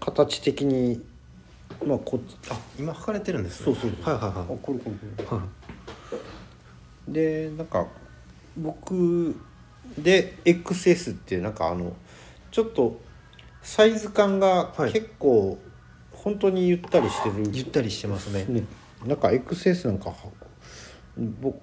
[SPEAKER 1] 形的にまあこっちあ
[SPEAKER 2] 今履かれてるんですね
[SPEAKER 1] そうそうそう
[SPEAKER 2] はいはい
[SPEAKER 1] あ
[SPEAKER 2] は
[SPEAKER 1] これこれこ
[SPEAKER 2] いはい
[SPEAKER 1] れでなんか僕で XS ってなんかあのちょっとサイズ感が
[SPEAKER 2] はい
[SPEAKER 1] 結構本当にゆったりしてる、
[SPEAKER 2] ゆったりしてますね
[SPEAKER 1] ね、なんか XS なんかは僕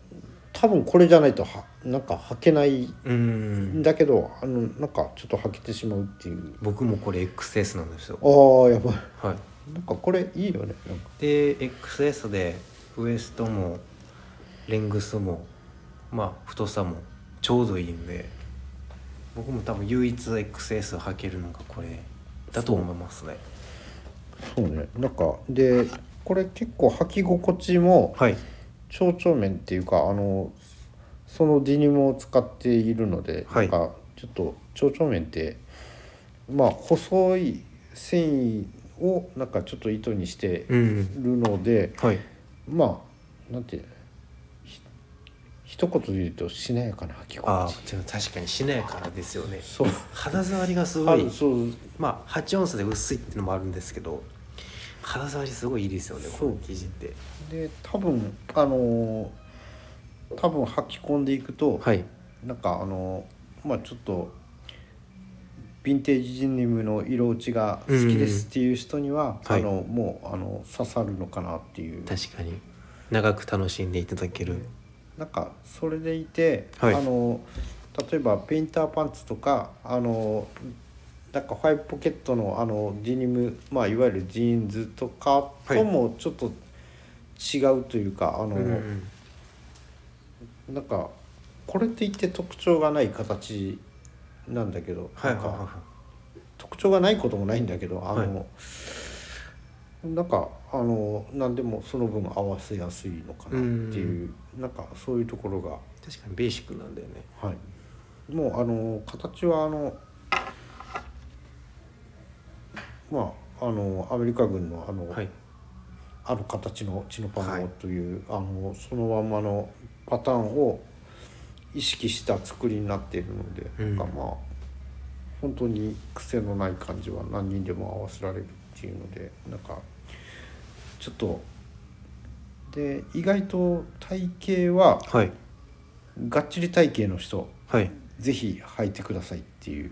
[SPEAKER 1] 多分これじゃないとはなんか履けないん
[SPEAKER 2] うん
[SPEAKER 1] だけどあのなんかちょっと履けてしまうっていう
[SPEAKER 2] 僕もこれ XS なんですよ
[SPEAKER 1] あーやばい
[SPEAKER 2] はい
[SPEAKER 1] なんかこれいいよねなんか
[SPEAKER 2] で XS でウエストもレングスもまあ太さもちょうどいいんで僕も多分唯一 XS 履けるのがこれだと思いますね
[SPEAKER 1] そうねなんかでこれ結構履き心地も
[SPEAKER 2] はい
[SPEAKER 1] 蝶々面っていうかあのそのデニムを使っているので、
[SPEAKER 2] はい
[SPEAKER 1] なんかちょっと蝶々面ってまあ細い繊維をなんかちょっと糸にして
[SPEAKER 2] うん
[SPEAKER 1] るので、
[SPEAKER 2] はい
[SPEAKER 1] まあなんていうのひ一言で言うとしなやかな履き
[SPEAKER 2] あ
[SPEAKER 1] 心地
[SPEAKER 2] あでも確かにしなやからですよね
[SPEAKER 1] そう
[SPEAKER 2] 肌触りがす
[SPEAKER 1] あ
[SPEAKER 2] ごい
[SPEAKER 1] るそう
[SPEAKER 2] まあ8オンスで薄いってのもあるんですけど肌触りすごいいいですよねこの生地って
[SPEAKER 1] で多分あのー多分履き込んでいくと、
[SPEAKER 2] はい
[SPEAKER 1] なんかあのまあちょっとヴィンテージジニムの色落ちが好きですっていう人には、
[SPEAKER 2] うんはい
[SPEAKER 1] あのもうあの刺さるのかなっていう
[SPEAKER 2] 確かに長く楽しんでいただける
[SPEAKER 1] なんかそれでいて、
[SPEAKER 2] はい
[SPEAKER 1] あの例えばペインターパンツとかあのなんかファイブポケットのあのデニム、まあ、いわゆるジーンズとかともちょっと違うというか、あの、
[SPEAKER 2] うん
[SPEAKER 1] なんかこれって言って特徴がない形なんだけど、
[SPEAKER 2] はい
[SPEAKER 1] な
[SPEAKER 2] はい
[SPEAKER 1] ん
[SPEAKER 2] はい
[SPEAKER 1] か
[SPEAKER 2] は
[SPEAKER 1] 特徴がないこともないんだけどあの、
[SPEAKER 2] は
[SPEAKER 1] なんかあの何でもその分合わせやすいのかなっていう、なんかそういうところが、
[SPEAKER 2] い確かにベーシックなんだよね
[SPEAKER 1] はい、もうあの形はあのまああのアメリカ軍のあの、
[SPEAKER 2] はい
[SPEAKER 1] ある形のチノパン
[SPEAKER 2] は
[SPEAKER 1] ゴ
[SPEAKER 2] い
[SPEAKER 1] という、あのそのまんまのパターンを意識した作りになっているので、
[SPEAKER 2] うん
[SPEAKER 1] なんかまあ本当に癖のない感じは何人でも合わせられるっていうのでなんかちょっとで意外と体型は
[SPEAKER 2] はい
[SPEAKER 1] がっちり体型の人
[SPEAKER 2] はい
[SPEAKER 1] ぜひ履いてくださいっていう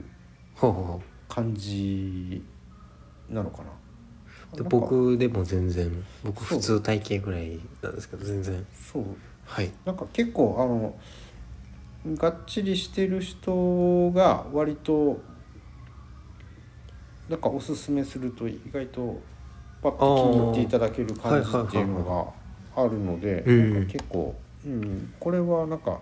[SPEAKER 2] ほうほうほ
[SPEAKER 1] 感じなのかな。
[SPEAKER 2] うで
[SPEAKER 1] なんか
[SPEAKER 2] 僕でも全然僕
[SPEAKER 1] そう
[SPEAKER 2] 普通体型ぐらいなんですけど全然
[SPEAKER 1] そう
[SPEAKER 2] はい
[SPEAKER 1] なんか結構あのがっちりしてる人が割となんかおすすめすると意外とパッと気に入っていただける感じっていうのがあるので
[SPEAKER 2] うん
[SPEAKER 1] なんか結構、うん、これはなんか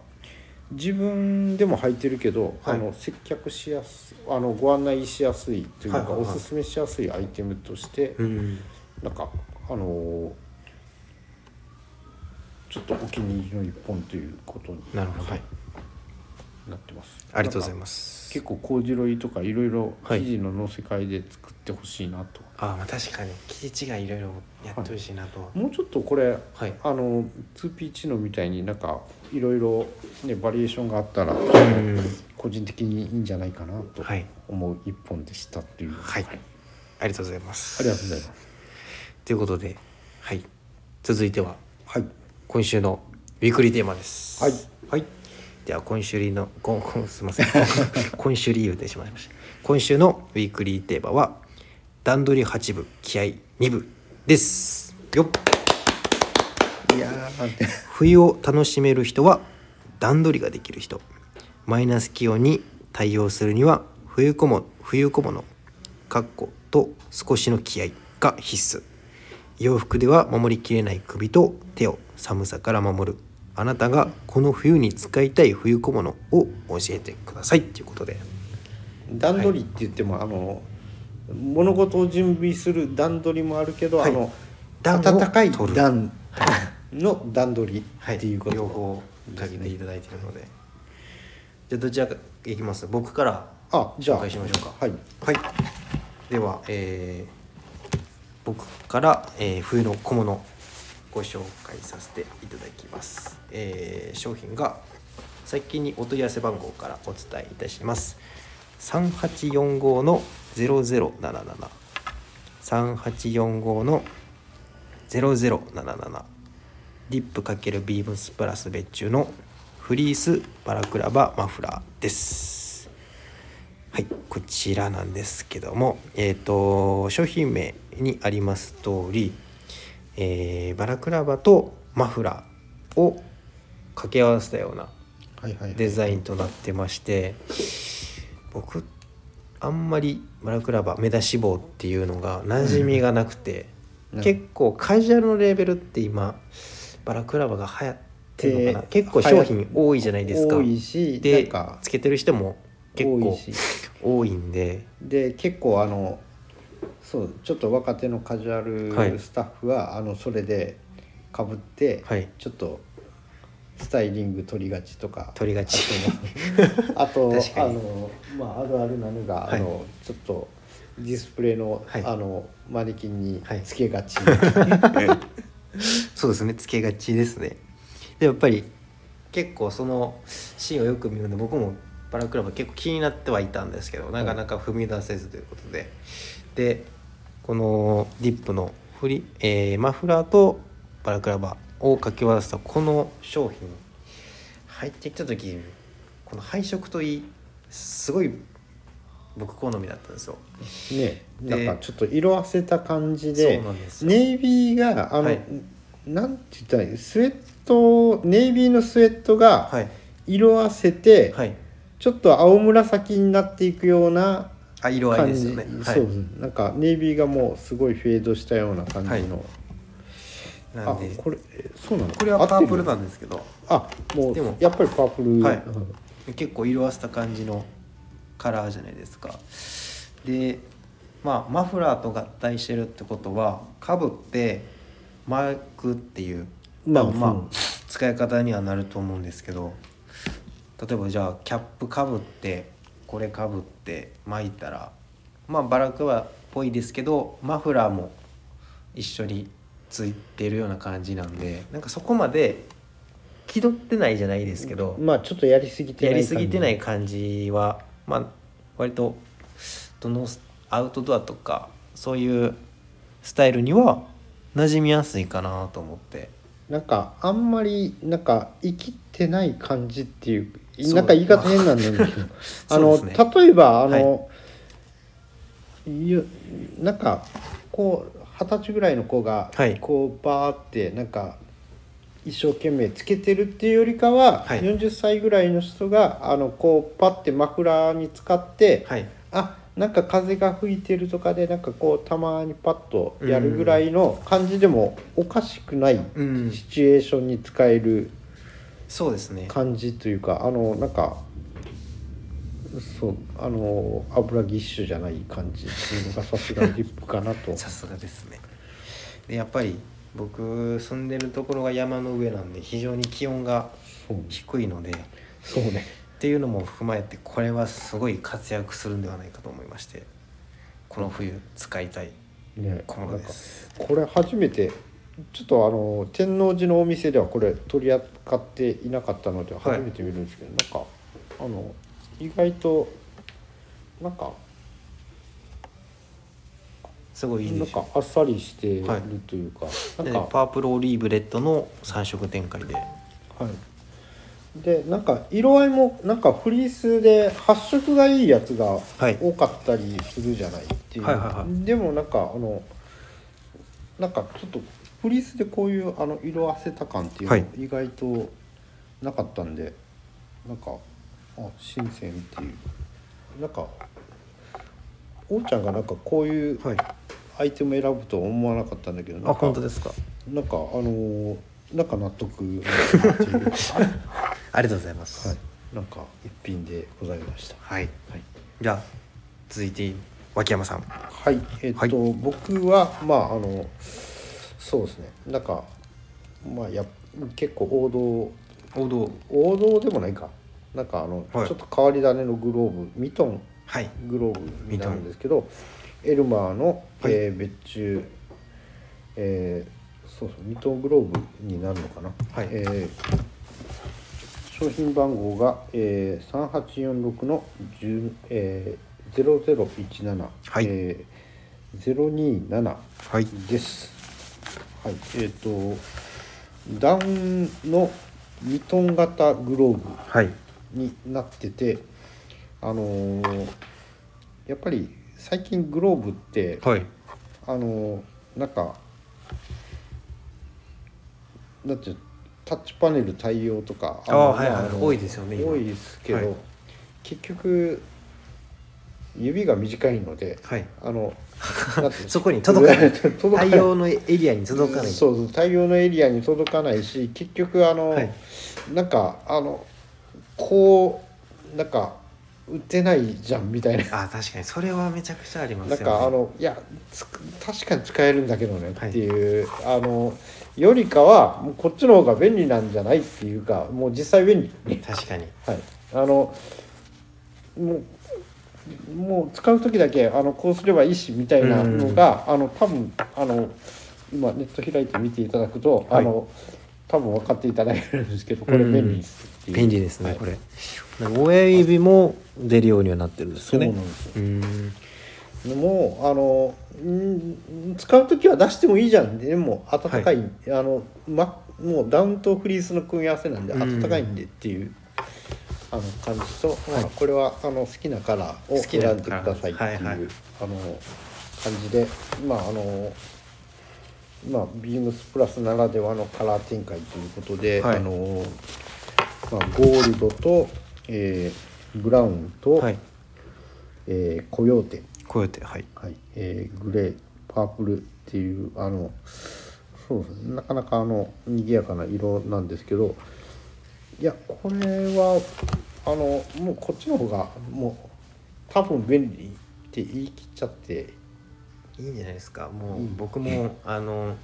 [SPEAKER 1] 自分でも履いてるけど、
[SPEAKER 2] はい
[SPEAKER 1] あの接客しやすあのご案内しやすいというか、
[SPEAKER 2] はいはいはい
[SPEAKER 1] おすすめしやすいアイテムとして、
[SPEAKER 2] うん
[SPEAKER 1] なんかあのーちょっとお気に入りの一本ということに
[SPEAKER 2] なるほど
[SPEAKER 1] はいなってます
[SPEAKER 2] ありがとうござい
[SPEAKER 1] す
[SPEAKER 2] ます
[SPEAKER 1] 結構コージロイとかいろいろ
[SPEAKER 2] はい
[SPEAKER 1] 記事の載せ替えで作ってほしいなと、
[SPEAKER 2] あーまあ確かに生地がいろいろやってほしいなとは
[SPEAKER 1] もうちょっとこれ
[SPEAKER 2] はい、
[SPEAKER 1] あの 2P 知能みたいになんかいろいろねバリエーションがあったら個人的にいいんじゃないかなと
[SPEAKER 2] はい
[SPEAKER 1] 思う一本でしたっていう
[SPEAKER 2] はい
[SPEAKER 1] あり
[SPEAKER 2] ありがとうございます
[SPEAKER 1] がとうございます
[SPEAKER 2] ということではい続いては
[SPEAKER 1] はい
[SPEAKER 2] 今週のウィークリーテーマです
[SPEAKER 1] はい
[SPEAKER 2] はいでは今週リーのごごすいません
[SPEAKER 1] [LAUGHS]
[SPEAKER 2] 今週理由でしまいました今週のウィークリーテーマは段取り8部気合2部ですよっ
[SPEAKER 1] いやーなんて
[SPEAKER 2] 冬を楽しめる人は段取りができる人マイナス気温に対応するには冬小物冬小物かっこと少しの気合が必須洋服では守りきれない首と手を寒さから守るあなたがこの冬に使いたい冬小物を教えてくださいということで
[SPEAKER 1] 段取りって言っても、あの物事を準備する段取りもあるけど、
[SPEAKER 2] はい
[SPEAKER 1] あの
[SPEAKER 2] 段を
[SPEAKER 1] 暖かい
[SPEAKER 2] 取る
[SPEAKER 1] 段の段取りっていうこと、
[SPEAKER 2] 両方かけていただいているのでじゃあどちらかいきます僕から
[SPEAKER 1] あじゃあ
[SPEAKER 2] 紹介しましょうか
[SPEAKER 1] はい
[SPEAKER 2] はい。では、えー僕から、えー冬の小物ご紹介させていただきます。えー商品が先にお問い合わせ番号からお伝えいたします。三八四五のゼロゼロ七七三八四五のゼロゼロ七七リップ×ビームスプラス別注のフリースバラクラバマフラーです。はい、こちらなんですけども、えー、と商品名にあります通り、えーバラクラバとマフラーを掛け合わせたような
[SPEAKER 1] はいはい
[SPEAKER 2] デザインとなってまして僕あんまりバラクラバ目出し帽っていうのが馴染みがなくて、
[SPEAKER 1] うん
[SPEAKER 2] 結構カジュアルのレベルって今バラクラバが流行ってるのかな
[SPEAKER 1] で
[SPEAKER 2] 結構商品多いじゃないですか。
[SPEAKER 1] 多いしなん
[SPEAKER 2] で
[SPEAKER 1] か
[SPEAKER 2] つけてる人も結
[SPEAKER 1] 多い
[SPEAKER 2] 構
[SPEAKER 1] し
[SPEAKER 2] 多いんで
[SPEAKER 1] で結構あのそうちょっと若手のカジュ
[SPEAKER 2] は
[SPEAKER 1] ア
[SPEAKER 2] い
[SPEAKER 1] ルスタッフは、あのそれでかぶって、
[SPEAKER 2] はい
[SPEAKER 1] ちょっとスタイリング取りがちとか
[SPEAKER 2] 取りがち
[SPEAKER 1] あと
[SPEAKER 2] [LAUGHS] 確
[SPEAKER 1] あ
[SPEAKER 2] かに
[SPEAKER 1] の、まあ、あるあるなのが、
[SPEAKER 2] はい
[SPEAKER 1] あのちょっとディスプレイの,、
[SPEAKER 2] はい
[SPEAKER 1] あのマネキンに
[SPEAKER 2] はい
[SPEAKER 1] つけが
[SPEAKER 2] [LAUGHS]
[SPEAKER 1] ち、
[SPEAKER 2] そうですねつけがちですねでやっぱり結構そのシーンをよく見るんで僕もバラクラブ結構気になってはいたんですけどなかなか踏み出せずということで、でこのディップのフリ、えーマフラーとバラクラバを掛け合わせたこの商品入ってきた時この配色といいすごい僕好みだったんですよ
[SPEAKER 1] ねなん
[SPEAKER 2] で
[SPEAKER 1] かちょっと色あせた感じ
[SPEAKER 2] そう
[SPEAKER 1] で
[SPEAKER 2] なんですよ、
[SPEAKER 1] ネイビーがあの、
[SPEAKER 2] はい
[SPEAKER 1] なんて言ったらいいスウェットネイビーのスウェット
[SPEAKER 2] は
[SPEAKER 1] が
[SPEAKER 2] い
[SPEAKER 1] 色あせて、
[SPEAKER 2] はい
[SPEAKER 1] ちょっと青紫になっていくような
[SPEAKER 2] あ色合い
[SPEAKER 1] 感
[SPEAKER 2] です
[SPEAKER 1] じ、
[SPEAKER 2] よねはい
[SPEAKER 1] そうですなんかネイビーがもうすごいフェードしたような感じの、
[SPEAKER 2] な
[SPEAKER 1] あ
[SPEAKER 2] んでこ
[SPEAKER 1] これえそうなの
[SPEAKER 2] れはパープル
[SPEAKER 1] 合
[SPEAKER 2] な
[SPEAKER 1] ってる
[SPEAKER 2] んですけど
[SPEAKER 1] あもう
[SPEAKER 2] でも
[SPEAKER 1] やっぱりパープル、
[SPEAKER 2] はい
[SPEAKER 1] うん
[SPEAKER 2] 結構色あせた感じのカラーじゃないですかでまあマフラーと合体してるってことはかぶって巻くっていう
[SPEAKER 1] まあ
[SPEAKER 2] 多分まあ、
[SPEAKER 1] うん
[SPEAKER 2] 使い方にはなると思うんですけど例えばじゃあキャップかぶってこれかぶって巻いたらまあバラクはっぽいですけどマフラーも一緒についてるような感じなんでなんかそこまで気取ってないじゃないですけど、
[SPEAKER 1] まあちょっとやりすぎて
[SPEAKER 2] や
[SPEAKER 1] ない
[SPEAKER 2] りすぎてない感じはまあ割とどのアウトドアとかそういうスタイルには馴染みやすいかなと思って
[SPEAKER 1] なんかあんまりなんか生きてない感じっていう
[SPEAKER 2] そう
[SPEAKER 1] なんか言い方変なんだけ
[SPEAKER 2] [LAUGHS]
[SPEAKER 1] どあの、
[SPEAKER 2] そうですね
[SPEAKER 1] 例えばあの、ゆなんかこう二十歳ぐらいの子が
[SPEAKER 2] はい
[SPEAKER 1] こうバーってなんか一生懸命つけてるっていうよりかは、
[SPEAKER 2] はい
[SPEAKER 1] 40歳ぐらいの人があのこうパッてマフラーに使って、
[SPEAKER 2] はい
[SPEAKER 1] あなんか風が吹いてるとかでなんかこうたまにパッとやるぐらいの感じでもおかしくない
[SPEAKER 2] うん
[SPEAKER 1] シチュエーションに使える
[SPEAKER 2] そうですね
[SPEAKER 1] 感じというかあのなんかそうあの油ぎっしゅじゃない感じっていうのがさすがリップかなと [LAUGHS]
[SPEAKER 2] さすがですねでやっぱり僕住んでるところが山の上なんで非常に気温が
[SPEAKER 1] そう
[SPEAKER 2] 低いので
[SPEAKER 1] そうね
[SPEAKER 2] っていうのも踏まえてこれはすごい活躍するんではないかと思いましてこの冬使いたい
[SPEAKER 1] ね
[SPEAKER 2] 小物です
[SPEAKER 1] なんかこれ初めてちょっとあの天王寺のお店ではこれ取り扱っていなかったので
[SPEAKER 2] はい
[SPEAKER 1] 初めて見るんですけど、なんかあの意外となんか
[SPEAKER 2] すごいいい
[SPEAKER 1] な
[SPEAKER 2] で
[SPEAKER 1] ん
[SPEAKER 2] しょ
[SPEAKER 1] かあっさりしてる
[SPEAKER 2] はい
[SPEAKER 1] というか、
[SPEAKER 2] で
[SPEAKER 1] なんか
[SPEAKER 2] パープルオリーブレッドの3色展開で
[SPEAKER 1] はいでなんか色合いもなんかフリースで発色がいいやつが
[SPEAKER 2] はい
[SPEAKER 1] 多かったりするじゃないっていう、
[SPEAKER 2] はいはいはい
[SPEAKER 1] でもなんかあのなんかちょっとフリースでこういうあの色あせた感っていう
[SPEAKER 2] はい
[SPEAKER 1] の意外となかったんで、なんかあ新鮮っていうなんかおうちゃんがなんかこういう
[SPEAKER 2] はい
[SPEAKER 1] アイテム選ぶとは思わなかったんだけどなん
[SPEAKER 2] あ
[SPEAKER 1] か
[SPEAKER 2] 本当ですか
[SPEAKER 1] なんかあのーなんか納得のっていうは
[SPEAKER 2] ありがとうございます
[SPEAKER 1] いなんか一品でございました
[SPEAKER 2] はい、
[SPEAKER 1] はい、
[SPEAKER 2] じゃあ続いて脇山さんは
[SPEAKER 1] はい、えっ、と、
[SPEAKER 2] は
[SPEAKER 1] 僕はまああのそうですねなんかまあや結構王道
[SPEAKER 2] 王道
[SPEAKER 1] 王道でもないかなんかあの、
[SPEAKER 2] はい
[SPEAKER 1] ちょっと変わり種のグローブミトン
[SPEAKER 2] い
[SPEAKER 1] グローブになるんですけどエルマーの、
[SPEAKER 2] はい
[SPEAKER 1] えー別注、えーそうそうミトングローブになるのかな、
[SPEAKER 2] はい
[SPEAKER 1] えー商品番号が、えー、3846の10、えー、0017、
[SPEAKER 2] はい
[SPEAKER 1] えー027
[SPEAKER 2] はい
[SPEAKER 1] です。はい、えっ、とダウンのミトン型グローブ
[SPEAKER 2] はい
[SPEAKER 1] になっててあのーやっぱり最近グローブって、
[SPEAKER 2] はい
[SPEAKER 1] あのーなんかだっていうタッチパネル対応とか
[SPEAKER 2] あー
[SPEAKER 1] の
[SPEAKER 2] はいはい
[SPEAKER 1] まあの
[SPEAKER 2] 多いですよね今
[SPEAKER 1] 多いですけど、
[SPEAKER 2] はい
[SPEAKER 1] 結局指が短いので
[SPEAKER 2] はい
[SPEAKER 1] あ
[SPEAKER 2] [LAUGHS]
[SPEAKER 1] のなんていうの
[SPEAKER 2] そこ [LAUGHS] に届かない
[SPEAKER 1] 届かない
[SPEAKER 2] 対応のエリアに届かない
[SPEAKER 1] そうそう対応のエリアに届かないし結局あの、
[SPEAKER 2] はい
[SPEAKER 1] なんかあのこうなんか打てないじゃんみた
[SPEAKER 2] [LAUGHS]
[SPEAKER 1] いな。
[SPEAKER 2] あ確かにそれはめちゃくちゃあります
[SPEAKER 1] な
[SPEAKER 2] よ
[SPEAKER 1] ん
[SPEAKER 2] ね
[SPEAKER 1] かあのいやつく確かに使えるんだけどね
[SPEAKER 2] はい
[SPEAKER 1] っていう、あのよりかはもうこっちの方が便利なんじゃないっていうかもう実際便利、
[SPEAKER 2] 確かに
[SPEAKER 1] はい、あのもうもう使う時だけあのこうすればいいしみたいなのが、あの多分あの今ネット開いて見ていただくと、あ
[SPEAKER 2] はい
[SPEAKER 1] の多分分かっていただけるんですけどこれ便利ですっていう
[SPEAKER 2] 便利ですね、
[SPEAKER 1] はい
[SPEAKER 2] これ親指も出るようにはなってるんです
[SPEAKER 1] そう
[SPEAKER 2] よ
[SPEAKER 1] な
[SPEAKER 2] ね
[SPEAKER 1] んですよ
[SPEAKER 2] うーん
[SPEAKER 1] もうあのん使う時は出してもいいじゃんでも暖かい、あのま、もうダウンとフリースの組み合わせなんで
[SPEAKER 2] うん
[SPEAKER 1] 暖かいんでっていう、あの感じと、まあ、
[SPEAKER 2] はい
[SPEAKER 1] これはあの好きなカラーを
[SPEAKER 2] 好きな
[SPEAKER 1] 選んでくださいっていう、
[SPEAKER 2] カラーはいはい
[SPEAKER 1] あの感じでまああのまあ、ビームスプラスならではのカラー展開ということで、
[SPEAKER 2] はい
[SPEAKER 1] あのまあ、ゴールドと、えーブラウンと、
[SPEAKER 2] はい
[SPEAKER 1] えーコヨーテ
[SPEAKER 2] こうやってはい
[SPEAKER 1] はいえーグレーパープルっていうあのそうですねなかなかあの賑やかな色なんですけどいやこれはあのもうこっちの方がもう多分便利って言い切っちゃって
[SPEAKER 2] いいんじゃないですか
[SPEAKER 1] う
[SPEAKER 2] もうん僕もあの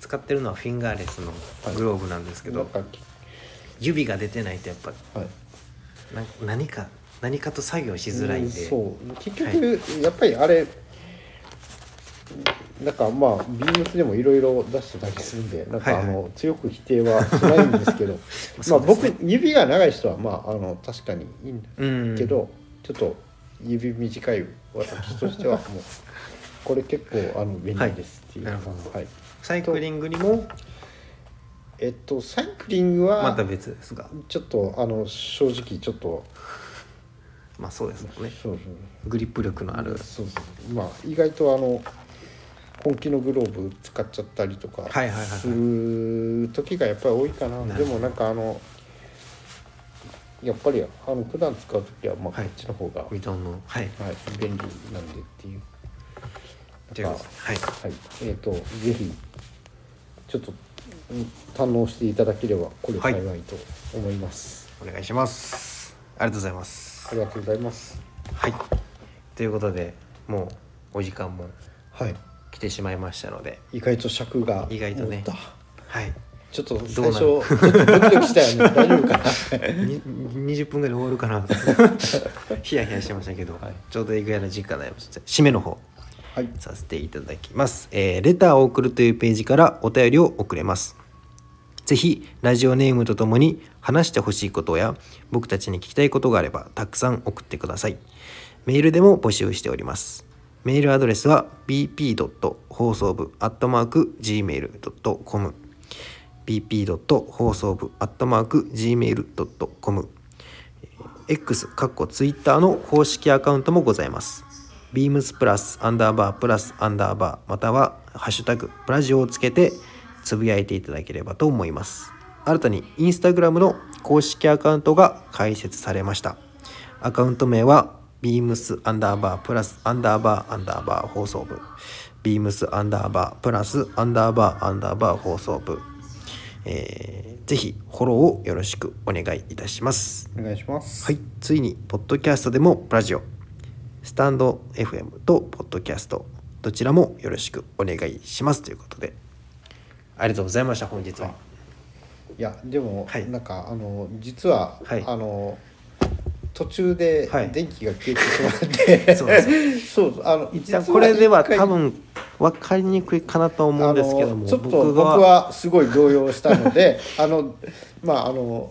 [SPEAKER 2] 使ってるのはフィンガーレスのグローブなんですけど、
[SPEAKER 1] なんか、
[SPEAKER 2] 指が出てないとやっぱ
[SPEAKER 1] はい、
[SPEAKER 2] な何か何かと作業しづらいんで、
[SPEAKER 1] うんそう結局、やっぱりあれなんかまあビームスでもいろいろ出してたりするんでなんか
[SPEAKER 2] は
[SPEAKER 1] あ
[SPEAKER 2] いはい
[SPEAKER 1] の、強く否定はしないんです
[SPEAKER 2] [LAUGHS]
[SPEAKER 1] けどまあ
[SPEAKER 2] そうです
[SPEAKER 1] 僕指が長い人はまああの確かにいいんだ
[SPEAKER 2] うん
[SPEAKER 1] けど、ちょっと指短い私としてはもうこれ結構あの便利ですっていう、
[SPEAKER 2] はいなるほど
[SPEAKER 1] はい
[SPEAKER 2] サイクリングにも
[SPEAKER 1] えっとサイクリングは
[SPEAKER 2] また別ですが
[SPEAKER 1] ちょっとあの正直ちょっと
[SPEAKER 2] まあそうですもんね
[SPEAKER 1] そうそう
[SPEAKER 2] グリップ力のある
[SPEAKER 1] そうそうまあ意外とあの本気のグローブ使っちゃったりとか
[SPEAKER 2] はいはいはいはい
[SPEAKER 1] する時がやっぱり多いかな、
[SPEAKER 2] な
[SPEAKER 1] で
[SPEAKER 2] るほど
[SPEAKER 1] もなんかあのやっぱりあの普段使う時はまあこ
[SPEAKER 2] はい
[SPEAKER 1] っちの方が、はい
[SPEAKER 2] ミトンのはい
[SPEAKER 1] 便利なんでっていう
[SPEAKER 2] ということではい
[SPEAKER 1] はいえっ、とぜひちょっとうん堪能していただければこれ幸いと思います、
[SPEAKER 2] お願いしますありがとうございます
[SPEAKER 1] ありがとうございます
[SPEAKER 2] はいということでもうお時間も
[SPEAKER 1] はい
[SPEAKER 2] 来てしまいましたので
[SPEAKER 1] 意外と尺が
[SPEAKER 2] 意外とね
[SPEAKER 1] 持った
[SPEAKER 2] はい
[SPEAKER 1] ちょっと
[SPEAKER 2] ど
[SPEAKER 1] 最
[SPEAKER 2] うなる
[SPEAKER 1] 初ちょっとドキドキしたよね大丈夫かな
[SPEAKER 2] に20分ぐらいで終わるかな
[SPEAKER 1] [LAUGHS]
[SPEAKER 2] ヒヤヒヤしてましたけど、
[SPEAKER 1] はい
[SPEAKER 2] ちょうどいいぐらいの時間になりました締めの方
[SPEAKER 1] はい
[SPEAKER 2] させていただきます、えーレターを送るというページからお便りを送れますぜひラジオネームとともに話してほしいことや僕たちに聞きたいことがあればたくさん送ってくださいメールでも募集しておりますメールアドレスは bp. 放送部 .gmail.com bp. 放送部 .gmail.com X かっこ Twitter の公式アカウントもございます。beams プラスアンダーバープラスアンダーバーまたはハッシュタグプラジオをつけてつぶやいていただければと思います。新たに Instagram の公式アカウントが開設されました。アカウント名は beams アンダーバープラスアンダーバーアンダーバー放送部 beams アンダーバープラスアンダーバーアンダーバー放送部えーぜひフォローをよろしくお願いいたします。
[SPEAKER 1] お願いします
[SPEAKER 2] はい、ついにポッドキャストでもプラジオスタンド FM とポッドキャストどちらもよろしくお願いしますということでありがとうございました本日は。
[SPEAKER 1] いやでも、
[SPEAKER 2] はい
[SPEAKER 1] なんかあの実は、
[SPEAKER 2] はい
[SPEAKER 1] あの途中で
[SPEAKER 2] はい
[SPEAKER 1] 電気が消えてしまって、
[SPEAKER 2] [LAUGHS] そうなんで
[SPEAKER 1] そうあの
[SPEAKER 2] 一旦これでは
[SPEAKER 1] 実一回
[SPEAKER 2] 多分分かりにくいかなと思うんですけども
[SPEAKER 1] あのちょっと僕はすごい動揺したの
[SPEAKER 2] [LAUGHS]
[SPEAKER 1] であのまああの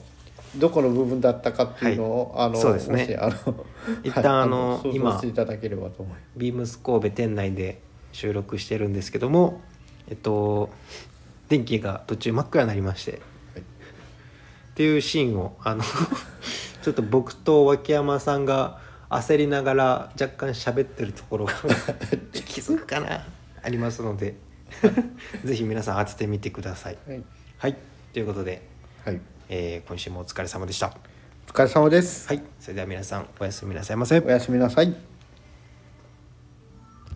[SPEAKER 1] どこの部分だったかっていうのを、あの
[SPEAKER 2] そうですね
[SPEAKER 1] もしあの
[SPEAKER 2] 一旦
[SPEAKER 1] はい
[SPEAKER 2] あの
[SPEAKER 1] 想像
[SPEAKER 2] 今
[SPEAKER 1] していただければと思います
[SPEAKER 2] ビームス神戸店内で収録してるんですけどもえっと電気が途中真っ暗になりまして、っていうシーンをあの [LAUGHS] ちょっと僕と脇山さんが焦りながら若干喋ってるところ [LAUGHS] が気づくかなありますのでぜひ皆さん当ててみてください。
[SPEAKER 1] はい、
[SPEAKER 2] はいということで、
[SPEAKER 1] はい、
[SPEAKER 2] えー今週もお疲れ様でした。
[SPEAKER 1] お疲れ様です、
[SPEAKER 2] はいそれでは皆さんおやすみなさいませ
[SPEAKER 1] お。やすみなさい